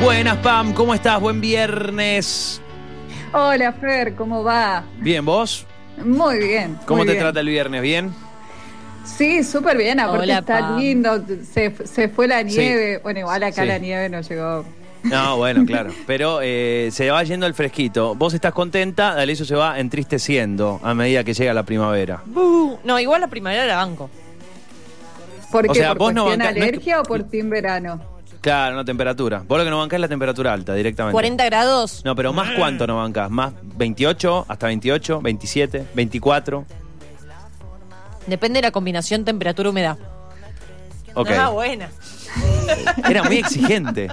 Buenas, Pam, ¿cómo estás? Buen viernes. Hola Fer, ¿cómo va? Bien, ¿vos? Muy bien. ¿Cómo muy te bien. trata el viernes? ¿Bien? Sí, súper bien, aparte Hola, está Pam. lindo, se, se fue la Sí. nieve, bueno, igual acá Sí. la nieve no llegó. No, bueno, claro. Pero eh, se va yendo el fresquito. Vos estás contenta, Dalecio se va entristeciendo a medida que llega la primavera. Bu. No, igual la primavera la banco. ¿Por O qué? sea, ¿Por vos no cuestión bancás- no es que- alergia o por team verano? Claro, no temperatura. Vos lo que no bancás es la temperatura alta directamente. 40 grados. No, pero ¿más cuánto no bancás? ¿Más 28? ¿Hasta 28? ¿27? ¿24? Depende de la combinación temperatura-humedad. Ok. Ah, buena. Era muy exigente.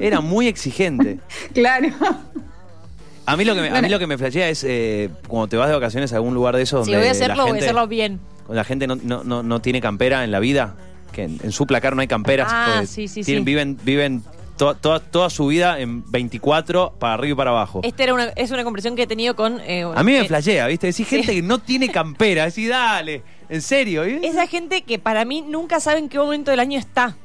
Era muy exigente. Claro. A mí lo que me, a mí Bueno. lo que me flashea es eh, cuando te vas de vacaciones a algún lugar de esos Si donde voy a la hacerlo, voy a gente- hacerlo bien. la gente no, no, no, no tiene campera en la vida, que en, en su placar no hay camperas. Ah, porque sí, sí, tienen- sí. Viven, viven to- toda, toda su vida en 24 para arriba y para abajo. Esta era una, es una conversación que he tenido con... eh, Oh. A mí me eh, flashea, ¿viste? Decís gente que no tiene campera, decís, dale, en serio, ¿eh? Esa gente que para mí nunca sabe en qué momento del año está.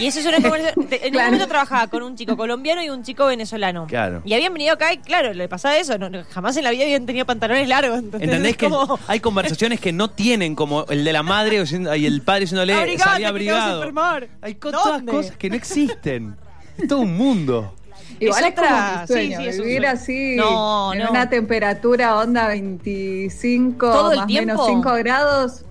Y eso es una conversación... te- En un Claro. momento trabajaba con un chico colombiano y un chico venezolano. Claro. Y habían venido acá y claro, le pasaba eso. no- no, jamás en la vida habían tenido pantalones largos. ¿entendés? ¿Entendés Es que como- hay conversaciones que no tienen, como el de la madre diciendo- y el padre diciéndole, Abrigate, salí que te vas a abrigado? enfermar. Hay co- todas ¿Dónde? cosas que no existen. Es todo un mundo. Igual Es es, otra- como mi sueño, sí, sí, es un vivir sueño. así No, en no. una temperatura onda 25, Todo el más o tiempo. menos 5 grados.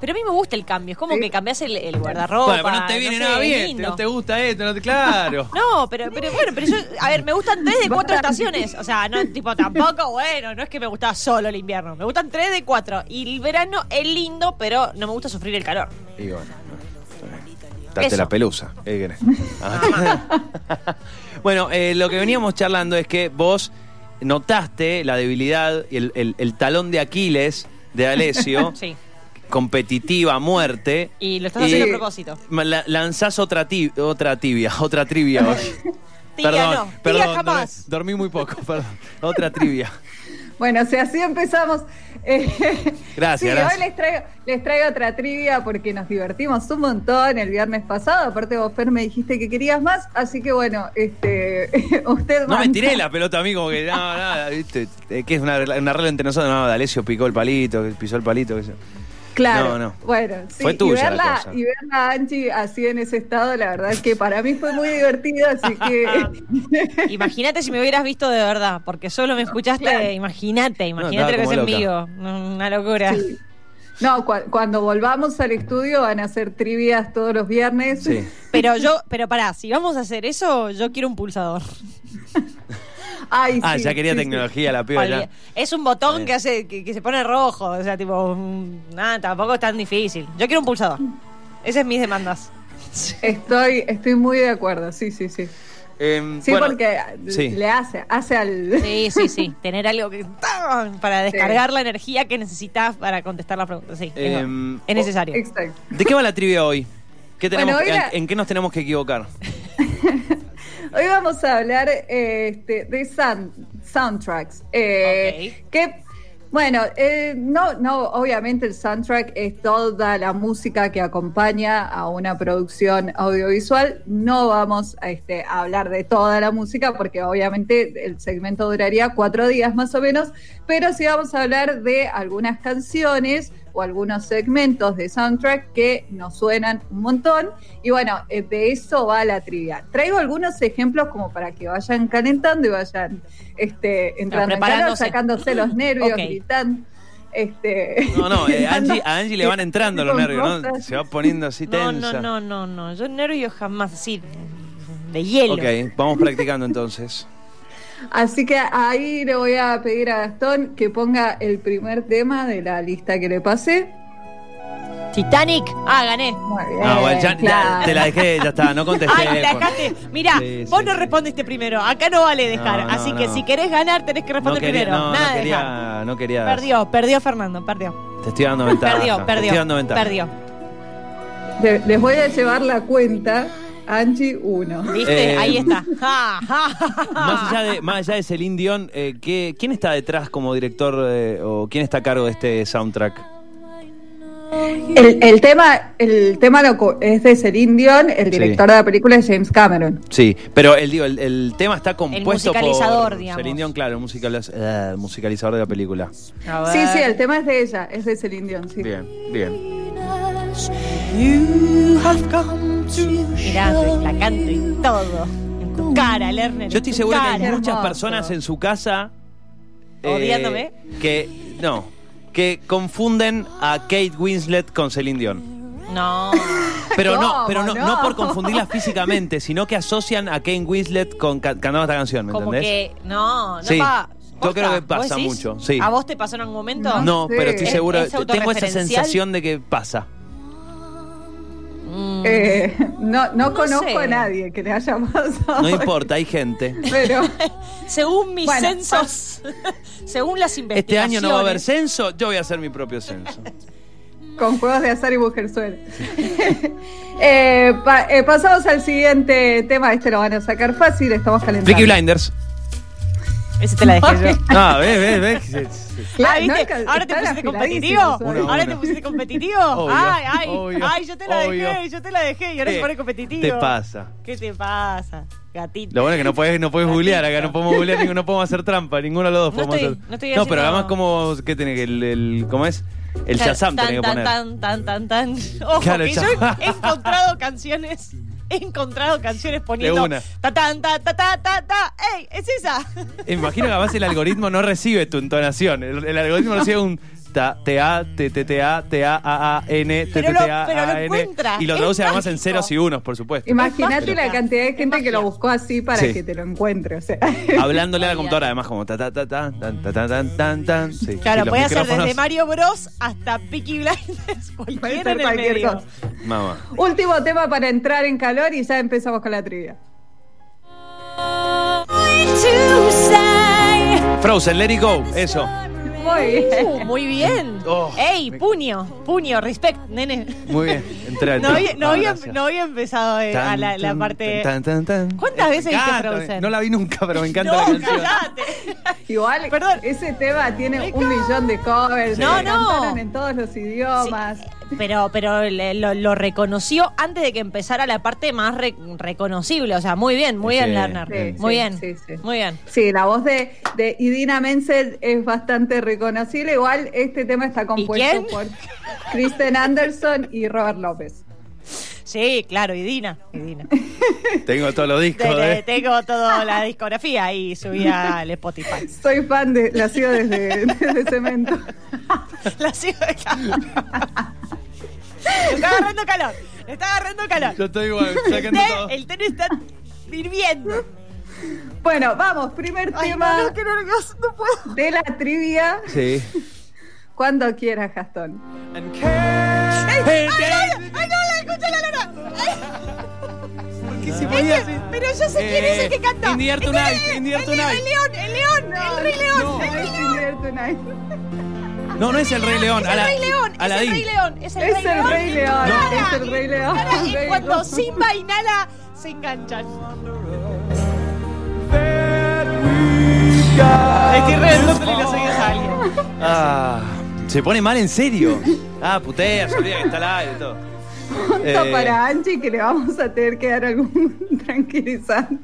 Pero a mí me gusta el cambio. Es como Sí. que cambias el, el guardarropa. Bueno, pero no te viene sé, nada es bien, lindo. no te gusta esto, no te... Claro. No, pero, pero bueno, pero yo, a ver, me gustan tres de cuatro Basta. estaciones. O sea, no, tipo, tampoco, bueno, no es que me gustaba solo el invierno. Me gustan tres de cuatro. Y el verano es lindo, pero no me gusta sufrir el calor. Y bueno, date Eso. la pelusa. ¿qué querés? Ah. bueno, eh, lo que veníamos charlando es que vos notaste la debilidad, y el, el- el talón de Aquiles de Alesio, Sí. competitiva a muerte. Y lo estás haciendo Sí. a propósito. ma- la- lanzás otra, ti- otra tibia, otra trivia hoy. Tía, perdón, no. Tía, perdón, jamás. dormí- dormí muy poco, perdón. Otra trivia. Bueno, si así empezamos. Eh, Gracias, sí, gracias. hoy les traigo, les traigo otra trivia porque nos divertimos un montón el viernes pasado. Aparte, vos, Fer, me dijiste que querías más, así que bueno, este, usted No me manda. tiré la pelota, amigo, que no, nada, ¿viste? Eh, Que es una, una regla entre nosotros. No, D'Alessio picó el palito, que pisó el palito. que sé yo. No, Claro. no. Bueno, sí, Fue tuya y la verla, cosa. y verla a Angie así en ese estado, la verdad que para mí fue muy divertido, así que Imagínate si me hubieras visto de verdad, porque solo me escuchaste. Imagínate, estaba imagínate lo que es como en loca. vivo. No, Una locura. Sí. No, cua- cuando volvamos al estudio van a hacer trivias todos los viernes. Sí. Pero yo, pero pará, si vamos a hacer eso, yo quiero un pulsador. Ay, Ah, sí, ya quería sí, sí. tecnología la piba ya. Olvida- Es un botón que hace que, que se pone rojo, o sea, tipo, mm, nada, tampoco es tan difícil. Yo quiero un pulsador. Esas es mis demandas. Estoy, estoy muy de acuerdo, sí, sí, sí. Em, Sí, bueno, porque sí. le hace, hace al... Sí, sí, sí. Tener algo que ¡tang! para descargar la energía que necesitas para contestar la pregunta. Sí, tengo- Em, es necesario. Exacto. ¿De qué va la trivia hoy? ¿Qué tenemos, Bueno, hoy la- en, en qué nos tenemos que equivocar? Hoy vamos a hablar eh, este, de sound- soundtracks. eh, Que, bueno, eh, no, no, obviamente el soundtrack es toda la música que acompaña a una producción audiovisual. No vamos a, este, a hablar de toda la música porque obviamente el segmento duraría cuatro días más o menos, pero sí vamos a hablar de algunas canciones o algunos segmentos de soundtrack que nos suenan un montón. Y bueno, eh, de eso va la trivia. Traigo algunos ejemplos como para que vayan calentando y vayan este, entrando en calor, preparándose. sacándose los nervios, Ok. gritando. Este, No, no, eh, gritando. Angie- a Angie le van entrando los Con nervios, ¿no? cosas. Se va poniendo así No, tensa. no, no, no, no. Yo nervio jamás, así, de hielo. Ok, vamos practicando entonces. Así que ahí le voy a pedir a Gastón que ponga el primer tema de la lista que le pasé. Titanic. Ah, gané. Muy bien, No, bueno, ya, ya claro. te la dejé, ya está, no contesté. pues. Ay, la por- dejaste. Mirá, Este Sí, vos sí, no sí. respondiste primero. Acá no vale dejar. No, no, Así que no. si querés ganar, tenés que no responder quería, primero. no, no Nada de dejar. quería, no quería. Perdió, perdió Fernando, perdió. Te estoy dando ventaja. perdió, Te estoy dando perdió. ventaja. Perdió. Le- Les voy a llevar la cuenta. Angie 1. ¿Viste? Eh, Ahí está. Ja, ja, ja, ja. Más allá de, más allá de Celine Dion, eh, ¿qué- ¿quién está detrás como director eh, o quién está a cargo de este soundtrack? El, el tema, el tema lo co- es de Celine Dion, el director de la película es James Cameron. Sí, pero el, digo, el, el tema está compuesto musicalizador, por digamos. Celine Dion, claro, el musicaliz- eh, el musicalizador de la película. A Sí, ver. sí, el tema es de ella, es de Celine Dion, sí. Bien, bien. Mirá, la canto y todo. En tu cara, Lerner. Yo estoy seguro que hay Hermoso. muchas personas en su casa eh, Odiándome. que no, que confunden a Kate Winslet con Celine Dion. No. Pero no, ¿Cómo? pero no, no, No. por confundirla físicamente, sino que asocian a Kate Winslet con ca- cantando esta canción, ¿me Como entendés? que. No, no Sí. pa- Yo posta, creo que ¿vos pasa decís? mucho, sí. ¿A vos te pasó en algún momento? No, Sí. pero estoy ¿Es- seguro, Ah, es tengo esa autorreferencial? sensación de que pasa. Mm. Eh, no, no, No conozco sé. a nadie que le haya pasado. No importa, hay gente. Pero Según mis Bueno, censos, según las Este investigaciones. año no va a haber censo, yo voy a hacer mi propio censo. con juegos de azar y bujerzuela. Eh, pa- eh, pasamos al siguiente tema, este lo van a sacar fácil, estamos calentando. Vicky Blinders. Ese te la dejé yo. Ah, ves, ves, ves. Ah, Claro, no, ¿viste? es que Ahora te están pusiste competitivo. afiladísimos Uno hoy. a Ahora uno. te pusiste competitivo. Obvio, ay, ay, obvio, ay, yo te la obvio. dejé, yo te la dejé y ahora ¿Qué se pone competitivo. te pasa? ¿Qué te pasa, gatito? Lo bueno es que no puedes no puedes googlear acá, no podemos googlear, ninguno- no podemos hacer trampa, ninguno de los dos No podemos estoy- hacer. no estoy pero haciendo- además como que tiene que el, el- ¿cómo es? El Claro, Shazam tan, tiene que poner. Tan, tan, tan, tan, tan. Ojo, Claro, que ya. yo he encontrado canciones. He encontrado canciones poniendo. una. Ta, tan, ta, ta, ta, ta, ta. ¡Ey! ¡Es esa! Imagino que además el algoritmo no recibe tu entonación, el, el algoritmo recibe un ta, te a te te te a te a a a n te Pero te lo- te a pero lo a n encuentra, y lo es traduce además en mágico. ceros y unos, por supuesto. Imagínate la Magia. cantidad de gente que lo Magia. buscó así para Sí. que te lo encuentre. O sea, Hablándole a la computadora además como ta ta ta tan tan ta, tan tan tan tan. Sí, Claro, y los podía ser desde micrófonos- Mario Bros hasta Peaky Blinders. Cualquiera Puede en ser el cualquier medio. cosa. Mamá. Último tema para entrar en calor y ya empezamos con la trivia. Frozen, let it go, eso. Muy bien. Uh, muy bien. Oh, ¡Ey! me- Puño, puño, respect, nene. Muy bien, entra No había, no había- no había empezado eh, a la, la parte. ¿Cuántas veces viste Frozen? No la vi nunca, pero me encanta la No, canción. callate. Igual, Perdón. ese tema tiene Me un millón de covers. No, se no. cantaron en todos los idiomas. Sí, eh, pero pero le- lo, lo reconoció antes de que empezara la parte más re- reconocible. O sea, muy bien, muy Sí, bien, Lerner. sí, muy sí, bien. sí, sí. Muy bien. Sí, la voz de, de Idina Menzel es bastante reconocible. Igual este tema está compuesto quién? por Kristen Anderson y Robert López. Sí, claro, y Dina. y Dina. Tengo todos los discos, Te- ¿eh? Tengo toda la discografía ahí subida al Spotify. Soy fan de la sigo desde, desde Cemento. La sigo dejando. Me está agarrando calor. Me está agarrando calor. Yo estoy igual, El sacando té- todo. el té no está hirviendo. Bueno, vamos, primer Ay, tema no, no, qué nervioso, no puedo. de la trivia. Sí. Cuando quieras, Gastón. ¡Ay, no, ay, no, la escuché la lora! Este, pero yo sé quién Eh, es el que canta. Este In the air ¿Y quién tonight, es? in the air El- tonight. El león, el león, el rey león. no, el Es rey Tinder Tonight. No, no es el Rey León. Es el Ala- Rey León, es el Aladín. Rey León, es el Es el Rey León, Cara, es el Rey León. cara, y Rey cuando León. Simba y Nala se enganchan. Estoy redondo y no sé qué sale. Ah, se pone mal en serio. Ah, putea, se olvida que está al aire y todo. Punto Eh, para Angie que le vamos a tener que dar algún tranquilizante.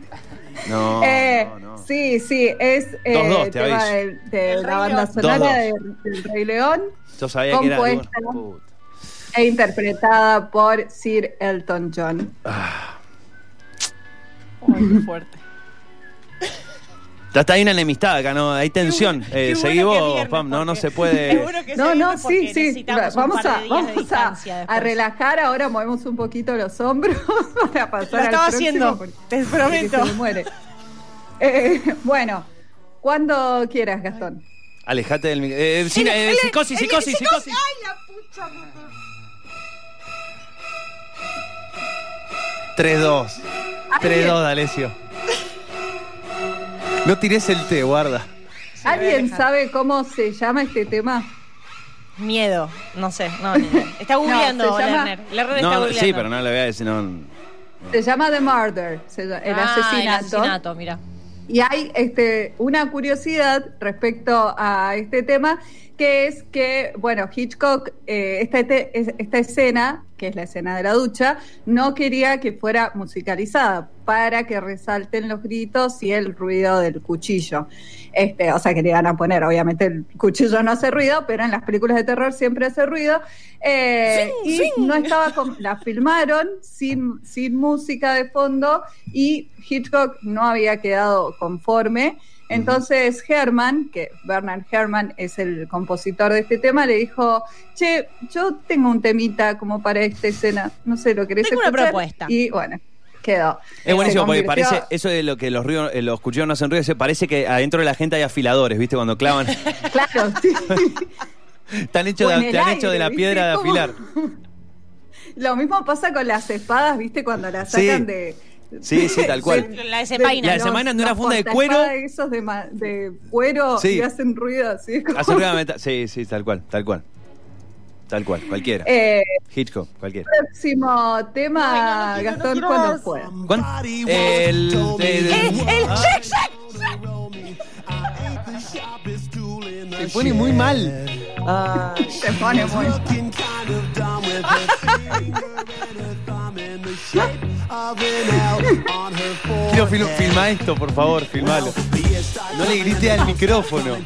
No, Eh, no, no. Sí, sí, es eh, Dos, dos, te tema aviso. de, de El la Rey banda León. sonora Dos, del- del Rey León Yo sabía que era compuesta. alguno. Puta. e interpretada por Sir Elton John. Ay, qué fuerte. Ya está, hay una enemistad acá, ¿no? Hay tensión. Qué Eh, bueno seguí que vos, viernes, Pam. No, no porque- se puede. Qué bueno que No, seguimos no, sí, porque sí. necesitamos un Vamos par a, de días de vamos a, distancia a después. relajar. Ahora movemos un poquito los hombros para pasar Lo al estaba próximo, haciendo, porque- te porque prometo. se me muere. Eh, bueno, cuando quieras, Gastón. Alejate del mic- eh, sí, El- eh, el- psicosis, el- el- psicosis, psicosis. ¡Ay, la pucha madre! 3-2. 3-2, D'Alessio. No tires el té, guarda. me voy a ¿Alguien alejar. sabe cómo se llama este tema? Miedo, no sé, no, ni idea. Está googleando, se llama- Lerner. Lerner está No, no, googleando. sí, pero no le voy a decir. No. Se llama The Murder, se ll- el Ah, asesinato. El asesinato, mira. Y hay este, una curiosidad respecto a este tema, que es que, bueno, Hitchcock, eh, esta, esta escena, que es la escena de la ducha, no quería que fuera musicalizada para que resalten los gritos y el ruido del cuchillo. Este, o sea, que le iban a poner, obviamente el cuchillo no hace ruido, pero en las películas de terror siempre hace ruido. Eh, sí, y sí. no estaba con, la filmaron sin, sin música de fondo y Hitchcock no había quedado conforme. Entonces Herman, que Bernard Herman es el compositor de este tema, le dijo, che, yo tengo un temita como para esta escena, no sé, ¿lo querés Tengo una escuchar?". propuesta. Y bueno, quedó. Es buenísimo Se porque convirtió- parece, eso de lo que los, ríos, eh, los cuchillos no hacen ruido, se parece que adentro de la gente hay afiladores, ¿viste? Cuando clavan, Claro, sí. están hechos O de, en el te han hecho de aire, la ¿viste? piedra de ¿Cómo? afilar. Lo mismo pasa con las espadas, ¿viste? Cuando las Sí. sacan de... Sí, sí, tal cual. La desempainan. La desempainan de una los funda de portaespada cuero. Esos de, ma- de cuero Sí. y hacen ruido así. es como- Hacer ruido de metal. Sí, sí, tal cual, tal cual. Tal cual, cualquiera. Eh, Hitchcock, cualquiera. próximo tema, Ay, no, no quiero, no Gastón, quiero cuando más. pueda. ¿Cuán- El, el- ¡Es Eh, el Ah. Jack, Jack! Se pone muy mal. Se pone muy... Quiero fil- filmar esto, por favor, filmalo. No le grite al micrófono.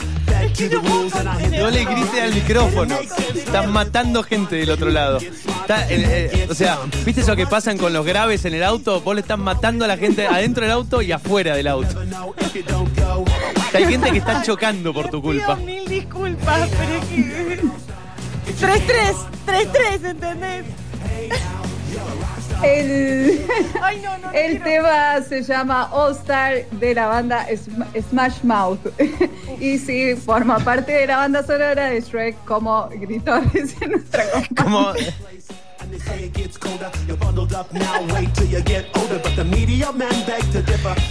No le grite al micrófono. Estás matando gente del otro lado. Está- eh, eh, o sea, ¿viste eso que pasan con los graves en el auto? Vos le estás matando a la gente adentro del auto y afuera del auto. Hay gente que está chocando por tu culpa. Pido mil disculpas, pero es que... 3-3, 3-3, ¿entendés? El... Ay, no, no, no El quiero. tema se llama All Star de la banda Sm- Smash Mouth. y sí, forma parte de la banda sonora de Shrek como gritores en nuestra compañía. Como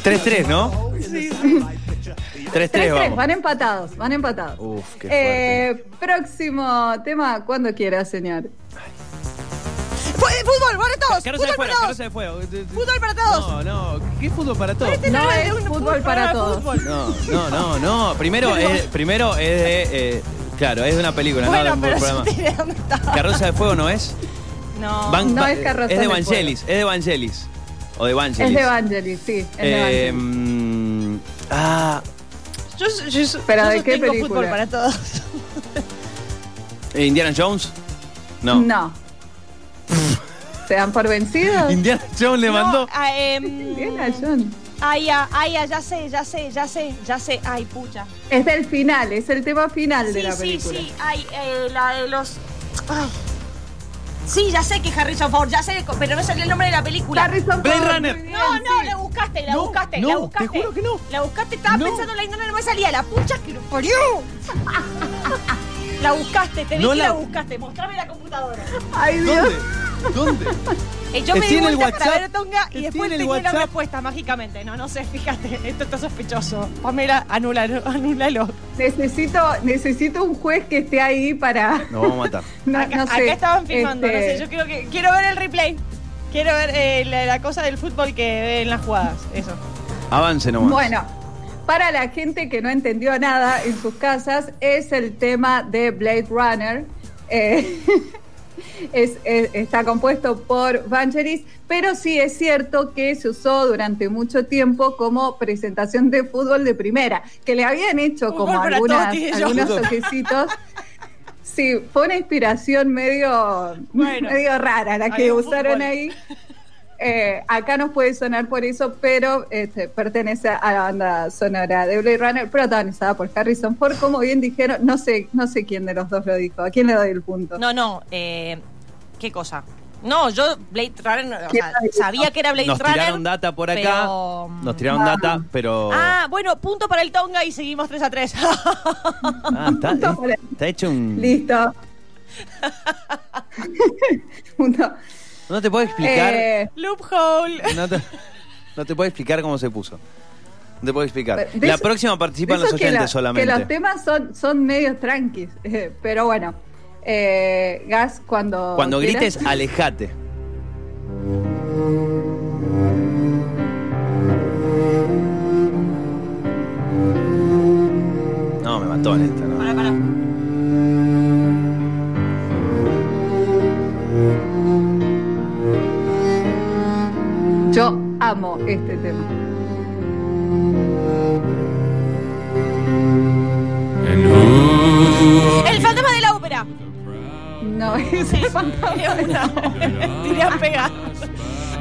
Tres, 3-3, ¿no? 3-3, 3-3, vamos. van empatados, van empatados. Uf, qué Eh, próximo tema, cuando quiera, señor. Fu- Fútbol, para todos. Carroza de Fútbol fuego, para todos. carroza de fuego. Fútbol para todos. No, no, ¿qué fútbol para todos? Este No de es un- fútbol para todos. fútbol. No, no, no, no. Primero es, primero es de. eh, claro, es de una película, no Bueno, de pero un yo programa. te diré dónde está. Carroza de Fuego no es. No. Van- No va- es Carroza Es de de Fuego. Vangelis, es de Vangelis. O de Vangelis. Es de Evangelis, sí. Es de Eh, Evangelis. mm, ah, Yo, yo- yo- ¿Pero yo de qué sostengo película? fútbol para todos. eh, ¿Indiana Jones? No. no. ¿Se dan por vencidos? Indiana Jones le mandó. No, ah, em, Indiana Jones. ay, ah, ay, ah, ya sé, ya sé, ya sé, ya sé. Ay, pucha. Es del final, es el tema final de Sí, la sí, película. sí. Ay, eh, la de los. Ay. Sí, ya sé que es Harrison Ford, ya sé, pero no salió el nombre de la película. Harrison Blade Ford, muy Runner. bien, No, no, sí. la buscaste, la No, buscaste, no, la te buscaste. juro que no. La buscaste, estaba No. pensando en la Indiana, no me salía, la pucha que lo parió. La buscaste, te dije No que la... la- buscaste, mostrame la computadora. Ay, Dios. ¿Dónde? ¿Dónde? Eh, yo Que me di tiene el vuelta para WhatsApp, ver a Tonga que y después tiene el tenía la WhatsApp. respuesta mágicamente. No, no sé, fíjate, esto está sospechoso. Pamela, anúlalo, anúlalo. Necesito, necesito un juez que esté ahí para. Nos vamos a matar. No, Acá, no acá sé, estaban filmando, no este, sé, yo quiero que quiero ver el replay. Quiero ver eh, la, la cosa del fútbol que ve en las jugadas, eso. Avance nomás. Bueno, para la gente que no entendió nada en sus casas, es el tema de Blade Runner. Eh, es- es- está compuesto por Vangelis, pero sí es cierto que se usó durante mucho tiempo como presentación de fútbol de primera, que le habían hecho Fútbol como para algunas, todos, dije yo. algunos toquecitos. Sí, fue una inspiración medio, Bueno. medio rara la Hay que un usaron fútbol. ahí. Eh, acá nos puede sonar por eso, pero este, pertenece a la banda sonora de Blade Runner, protagonizada por Harrison Ford. Como bien dijeron, no sé, no sé quién de los dos lo dijo. ¿A quién le doy el punto? No, no, eh, ¿qué cosa? No, yo Blade Runner, no, o sea, sabía que era Blade Nos Runner. tiraron data por acá. pero- Nos tiraron mm, data, pero. Ah, bueno, punto para el Tonga y seguimos 3 a 3. Ah, está, eh, está hecho un. Listo. Punto. No te puedo explicar. Eh, Loophole. No te, no te puedo explicar cómo se puso. No te puedo explicar. Pero de La eso- próxima participan de los eso que oyentes la- solamente. Que los temas son, son medio tranquis, eh, pero bueno. Eh, Gas, cuando. Cuando quieras. grites, alejate. montón esta, ¿no? Pará, pará. Yo amo este tema. El fantasma de la ópera. No, es el fantasma. de la ópera. Dirían pegar.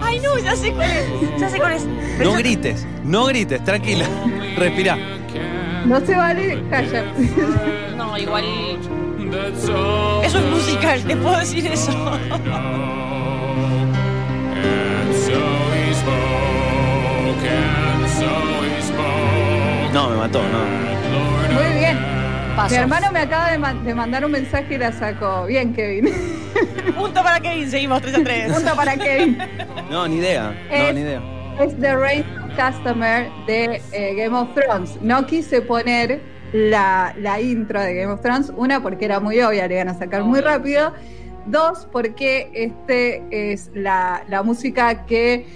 Ay, no, ya sé cuál es. Ya sé cuál es. No Pero yo- grites, no grites, tranquila. Respirá. No se vale callar. No, igual. Eso es musical, te puedo decir eso. No, me mató, no. Muy bien. Mi Paso. hermano me acaba de, ma- de mandar un mensaje y la sacó. Bien, Kevin. Punto para Kevin, seguimos 3 a 3. Punto para Kevin. No, ni idea. No, Es- ni idea. Es The Rain Customer de eh, Game of Thrones. No quise poner la, la intro de Game of Thrones. Una, porque era muy obvia, le iban a sacar muy rápido. Dos, porque este es la, la música que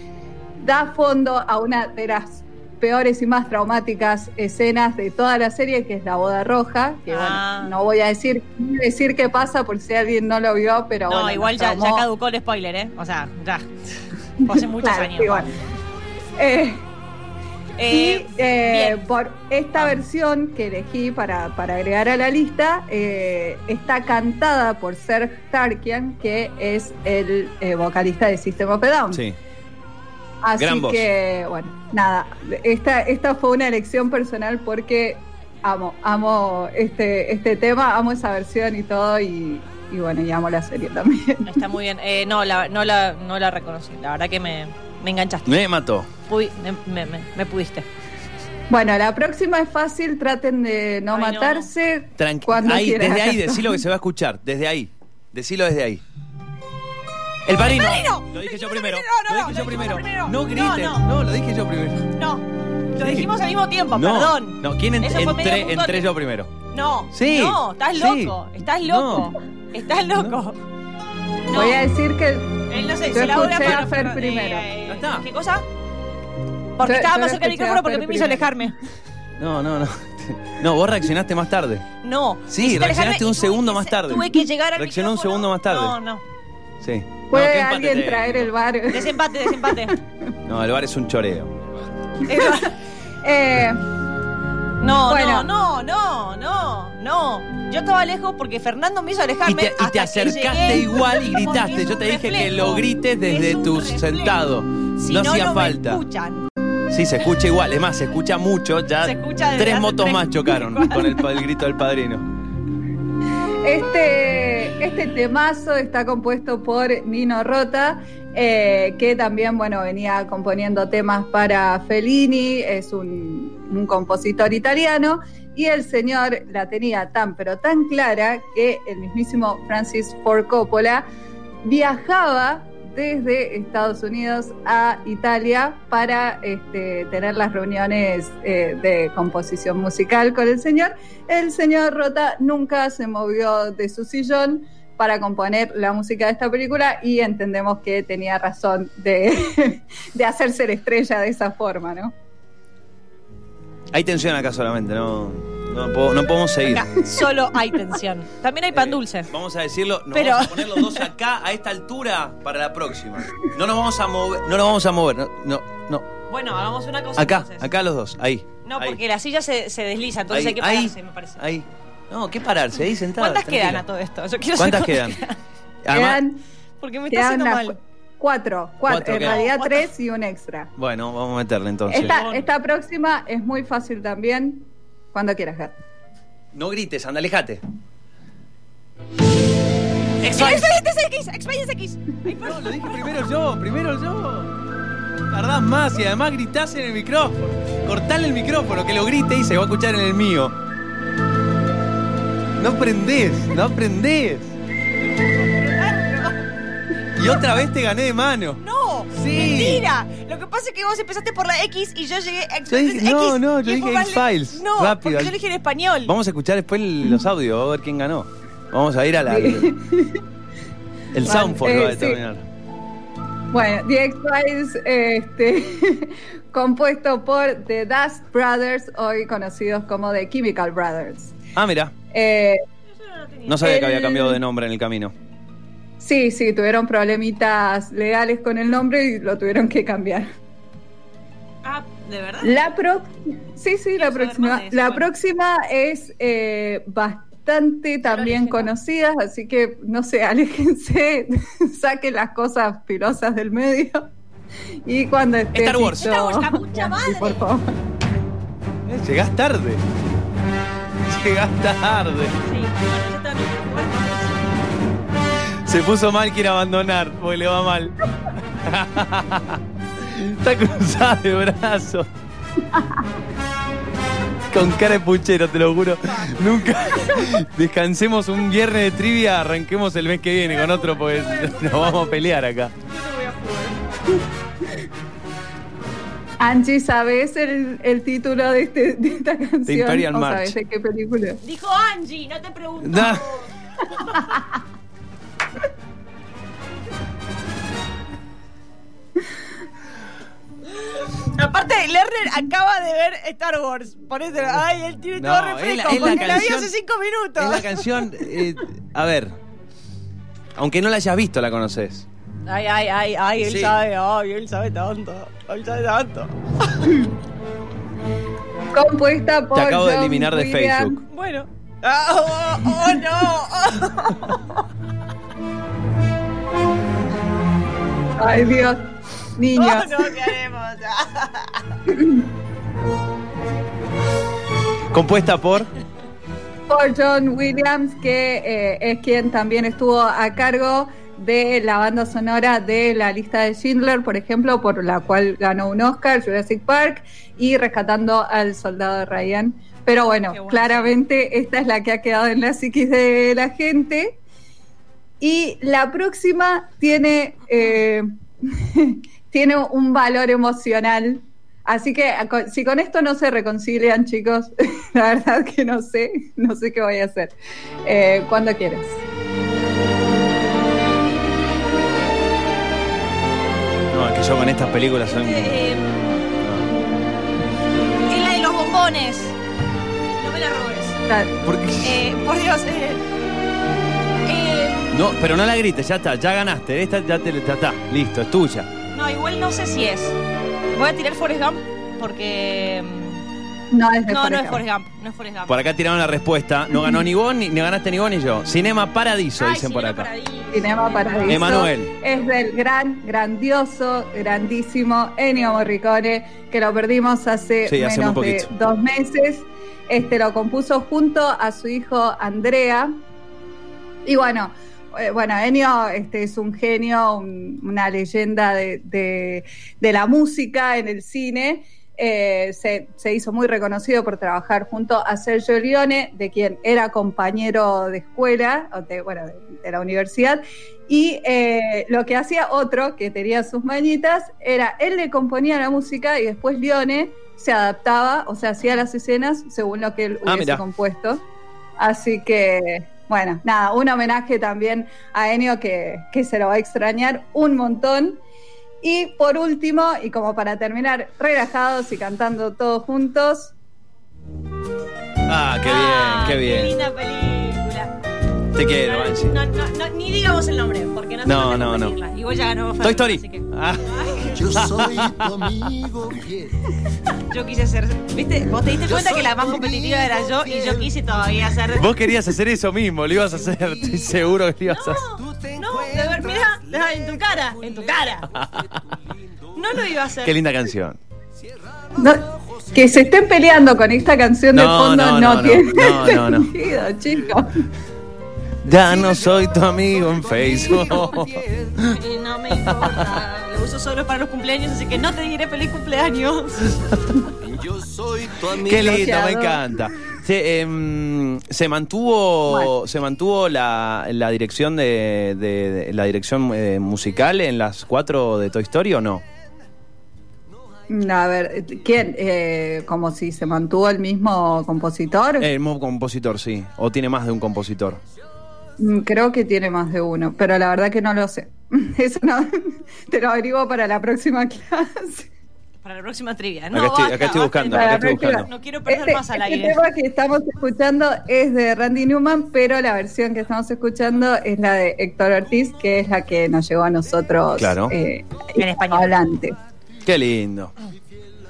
da fondo a una de las peores y más traumáticas escenas de toda la serie, que es la boda roja. Que Ah. bueno, no voy a decir, decir qué pasa por si alguien no lo vio, pero No, bueno. igual nos ya, ya traumó. caducó el spoiler, ¿eh? O sea, ya. Fue hace muchos Claro, años. igual. Eh, Eh, y eh, bien. por esta Ah. versión que elegí para, para agregar a la lista, eh, está cantada por Serge Tarkian, que es el eh, vocalista de System of a Down. Sí. Así gran voz. que, bueno, nada, esta, esta fue una elección personal porque amo, amo este, este tema, amo esa versión y todo, y, y bueno, y amo la serie también. Está muy bien. Eh, no, la, no, la, no la reconocí. La verdad que me, me enganchaste. Me mató. Pudi- me, me- me- me pudiste. Bueno, la próxima es fácil, traten de no Ay, no, no. matarse. Tranqui cuando ahí, quieran. desde ahí, decilo que se va a escuchar. Desde ahí. Decilo desde ahí. El padrino. Padrino! Lo dije yo Lo primero. dijimos Lo primero, dije no, yo no, primero. lo dijimos primero. No grites. No, no. No, lo dije yo primero. No. Lo Sí. dijimos al mismo tiempo, No, perdón. No, ¿quién en- Eso fue medio entré, puntual. entré yo primero? No. Sí. No, estás Sí. loco. Estás loco. Estás loco. No. Voy a decir que Él no sé, Yo se la escuché obra a Fer primero. Ya está. ¿Qué cosa? Porque Yo- estaba yo más la cerca del escuché a micrófono porque Fer me primero. hizo alejarme. No, no, no. No, vos reaccionaste más tarde. No. Sí, me reaccionaste hiciste alejarme un y tuve segundo que más se- tarde. Tuve que llegar al Reaccionó un micrófono. segundo más tarde. No, no. Sí. No, qué ¿Puede empate alguien técnico. traer el bar? Desempate, desempate. No, el bar es un choreo. Eh, No, Bueno. no, no, no, no, no. Yo estaba lejos porque Fernando me hizo Y alejarme. te, y te hasta que acercaste llegué igual y porque gritaste. es Yo un te dije que reflejo. lo grites Es desde un tu reflejo. sentado. Si no no, hacía me falta. escuchan. Sí, se escucha igual. Es más, se escucha mucho. Ya Se escucha desde tres hace motos tres- más chocaron igual. con el, pa- el grito del padrino. este, este temazo está compuesto por Nino Rota, eh, que también bueno, venía componiendo temas para Fellini, es un, un compositor italiano, y el señor la tenía tan pero tan clara que el mismísimo Francis Ford Coppola viajaba desde Estados Unidos a Italia para este, tener las reuniones eh, de composición musical con el señor. El señor Rota nunca se movió de su sillón para componer la música de esta película y entendemos que tenía razón de, de hacerse la estrella de esa forma, ¿no? Hay tensión acá solamente. No, no, puedo- no podemos seguir. Acá Solo hay tensión. También hay pan Eh, dulce. Vamos a decirlo, nos Pero- vamos a poner los dos acá a esta altura para la próxima. No nos vamos a mover, no nos vamos a mover, no, no, no. Bueno, hagamos una cosa. acá, entonces. acá los dos, ahí. No, ahí, porque la silla se, se desliza, entonces ahí, hay que ahí, pararse, me parece. Ahí. No, ¿qué pararse? Ahí sentados. ¿Cuántas quedan a todo esto? Yo quiero ¿Cuántas saber quedan? cuántas Además- Quedan, Porque me está quedan haciendo las mal. cu- cuatro, cuatro, Cuatro en quedan. realidad What the- tres y un extra. Bueno, vamos a meterle entonces. Esta, esta próxima es muy fácil también, cuando quieras, Gat. No grites, anda, alejate. Expedientes X, expedientes X. Ay, por- No, lo dije primero yo, primero yo. Tardás más y además gritás en el micrófono. Cortale el micrófono, que lo grite y se va a escuchar en el mío. No aprendés, no aprendés. Y otra vez te gané de mano. No, Sí. mentira. Lo que pasa es que vos empezaste por la X y yo llegué a Yo dije- Expedientes no, X, no, yo que dije fue más le- X-Files, No, rápido. porque yo le dije en español. Vamos a escuchar después los audios, a ver quién ganó. Vamos a ir a la. El soundfall eh, va a sí. determinar. Bueno, The X-Files, este, compuesto por The Dust Brothers, hoy conocidos como The Chemical Brothers. Ah, mira. Eh, No sabía que había El- cambiado de nombre en el camino. sí, sí, tuvieron problemitas legales con el nombre y lo tuvieron que cambiar. Ah, ¿de verdad? La pro sí, sí, la saber más próxima. de eso, La bueno. próxima es eh, bastante también original. conocida, así que no sé, aléjense, saquen las cosas pilosas del medio. Y cuando esté Star Wars. listo- Star Wars, la pucha madre. Sí, por favor. Eh, Llegás tarde. Llegás tarde. Sí, bueno, yo también. Bueno, Se puso mal, quiere abandonar, porque le va mal. Está cruzada de brazos. Con cara de puchero, te lo juro. Nunca. Descansemos un viernes de trivia, arranquemos el mes que viene con otro, porque nos vamos a pelear acá. Angie, ¿sabes el, el título de, este, de esta canción? Imperial ¿O March. sabes de qué película? Dijo Angie, no te pregunto. Da- Aparte, Lerner acaba de ver Star Wars. Ponete, ay, él tiene No, todo es la- refresco. es la porque la vio canción- hace cinco minutos. Es la canción. eh, a ver. Aunque no la hayas visto, la conoces. Ay, ay, ay, ay, él Sí. sabe, ay, él sabe tanto. Él sabe tanto. Compuesta por. Te acabo de John eliminar de Williams. Facebook. Bueno. Ah, oh, oh, no. Ay, Dios. Niños. Oh, no, ¿qué haremos? Compuesta por. por John Williams, que eh, es quien también estuvo a cargo de la banda sonora de la lista de Schindler, por ejemplo, por la cual ganó un Oscar, Jurassic Park, y Rescatando al Soldado de Ryan. Pero bueno, Qué bueno. claramente esta es la que ha quedado en la psiquis de la gente. Y la próxima tiene, eh, tiene un valor emocional. Así que a- con- si con esto no se reconcilian, chicos, la verdad que no sé, no sé qué voy a hacer. Eh, cuando quieras. No, es que yo con estas películas soy. Eh, y la de los bombones. No me la robes. La- ¿Por qué? Eh, por Dios. Eh, eh, No, pero no la grites, ya está, ya ganaste. Esta ya te ya está, listo, es tuya. no, igual no sé si es. Voy a tirar Forrest Gump porque. mm, no es de No, no Forrest es Gump. Forrest Gump. No es Forrest Gump. Por acá tiraron la respuesta. No ganó ni vos, ni, ni ganaste ni vos ni yo. Cinema Paradiso, Ay, dicen por Cinema acá. Paradiso. Cinema Paradiso. Emanuel. Es del gran, grandioso, grandísimo Ennio Morricone, que lo perdimos hace Sí, hace menos muy de poquito. dos meses. Este lo compuso junto a su hijo Andrea. Y bueno, eh, bueno, Ennio este, es un genio, un- una leyenda de, de- de la música en el cine. Eh, se, se hizo muy reconocido por trabajar junto a Sergio Leone, de quien era compañero de escuela, o de, bueno, de- de la universidad, y eh, lo que hacía otro, que tenía sus mañitas, era él le componía la música y después Lione se adaptaba, o sea, hacía las escenas según lo que él Ah, hubiese mirá. compuesto. Así que, bueno, nada, un homenaje también a Enio que, que se lo va a extrañar un montón. Y por último, y como para terminar relajados y cantando todos juntos, Ah, qué bien, Ah, qué Qué bien. linda película. Te quiero, No, Angie. no, no, no, ni digamos el nombre porque No, no se no, nos dejan no. decirla. Igual ya ganó Toy Fernando, Story. así que- Ah, Yo soy tu amigo fiel. Yo quise ser. ¿Viste? Vos te diste Yo cuenta soy que la más tu competitiva era amigo yo y yo fiel. quise todavía ser. vos querías hacer eso mismo, lo ibas a hacer, estoy seguro que lo ibas a hacer. Tú te No, de ver, mira, ah, en tu cara, en tu cara. No lo iba a hacer. Qué linda canción. no- que se estén peleando con esta canción de No, fondo no, no, no, no. tiene No, no, no. sentido, chicos. Ya no soy tu amigo en Facebook. Y no me importa. Lo uso solo para los cumpleaños, así que no te diré feliz cumpleaños. Yo soy tu amigo Qué lindo, me Bloqueado. encanta. Se, em, se mantuvo, Bueno. se mantuvo la, la dirección de, de- de- la dirección eh, musical en las cuatro de Toy Story o no? No, A ver, ¿quién? Eh, como si se mantuvo el mismo compositor. El mismo compositor, sí. O tiene más de un compositor. Mm, Creo que tiene más de uno, pero la verdad que no lo sé. Eso no, te lo averiguo para la próxima clase. para la próxima trivia. Acá No, estoy- basta, acá estoy basta. buscando, Para acá la estoy próxima. buscando. No quiero perder Este- más al este aire. tema que estamos escuchando es de Randy Newman, pero la versión que estamos escuchando es la de Héctor Ortiz, que es la que nos llegó a nosotros Claro. eh, En español. Adelante. Qué lindo.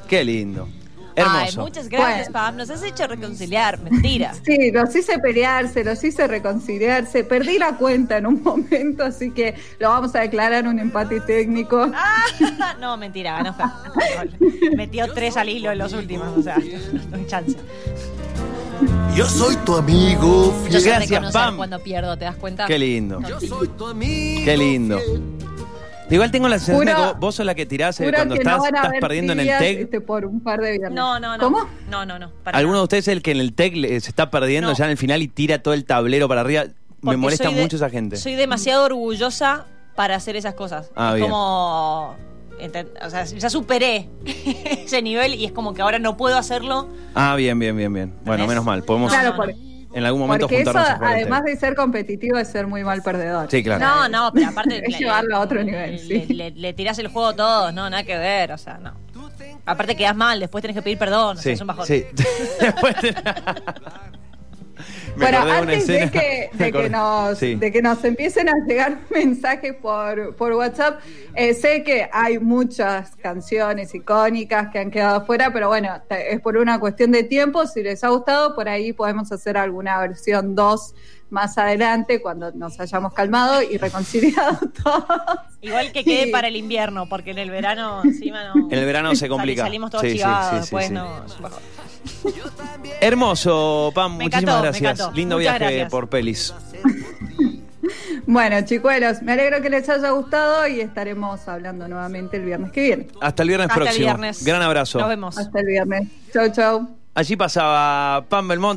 Qué lindo. Ay, Hermoso. muchas gracias, Bueno. Pam. Nos has hecho reconciliar. Mentira. Sí, los hice pelearse, los hice reconciliarse. Perdí la cuenta en un momento, así que lo vamos a declarar un empate técnico. Ah, no, mentira, no fue. No, Metió tres al hilo en los últimos, o sea, no hay chance. Yo soy tu amigo Yo sé fiel. Gracias, reconocer Pam. cuando pierdo, ¿te das cuenta? Qué lindo. Yo soy tu amigo. Qué lindo. fiel. Igual tengo la sensación de Juro- que vos- vos sos la que tirás eh, Juro cuando que estás, no van a estás haber perdiendo en el trivias, TEC. este, por un par de viernes. No, no, no. ¿Cómo? No, no, no. para ¿Alguno de nada. ustedes es el que en el TEC le- se está perdiendo No. ya en el final y tira todo el tablero para arriba? Me Porque molesta soy de- mucho esa gente. Soy demasiado orgullosa para hacer esas cosas. Ah, es bien. como. enten- O sea, ya superé ese nivel y es como que ahora no puedo hacerlo. Ah, bien, bien, bien, bien. Bueno, ¿Ves? menos mal. Podemos No, Claro, no, por- no. en algún momento porque eso, juntarnos a jugar al además TEC. de ser competitivo, es ser muy mal perdedor. Sí, claro. No, no, pero aparte. Es llevarlo a otro nivel, le- sí. Le, le tirás el juego a todos, no, nada que ver, o sea, no. Aparte quedás mal, después tenés que pedir perdón, o Sí, sea, es un bajón. sí. Después te- Me Bueno, acordé de una antes de escena. que, Me de, acordé. que nos, Sí. de que nos empiecen a llegar mensajes por, por WhatsApp, eh, sé que hay muchas canciones icónicas que han quedado fuera, pero bueno, te- es por una cuestión de tiempo. Si les ha gustado, por ahí podemos hacer alguna versión 2 más adelante cuando nos hayamos calmado y reconciliado todos. Igual que quede Sí. para el invierno, porque en el verano encima no. En el verano se complica. Sali- Salimos todos Sí, sí, chivados, sí, sí, después sí. no. es un bajón. Hermoso, Pam. Me muchísimas encantó, me gracias. encantó. Lindo Muchas viaje gracias. por pelis. Bueno, chicuelos, me alegro que les haya gustado y estaremos hablando nuevamente el viernes que viene. Hasta el viernes Hasta el próximo. viernes. Gran abrazo. Nos vemos. Hasta el viernes. Chau, chau. Allí pasaba Pam Belmont.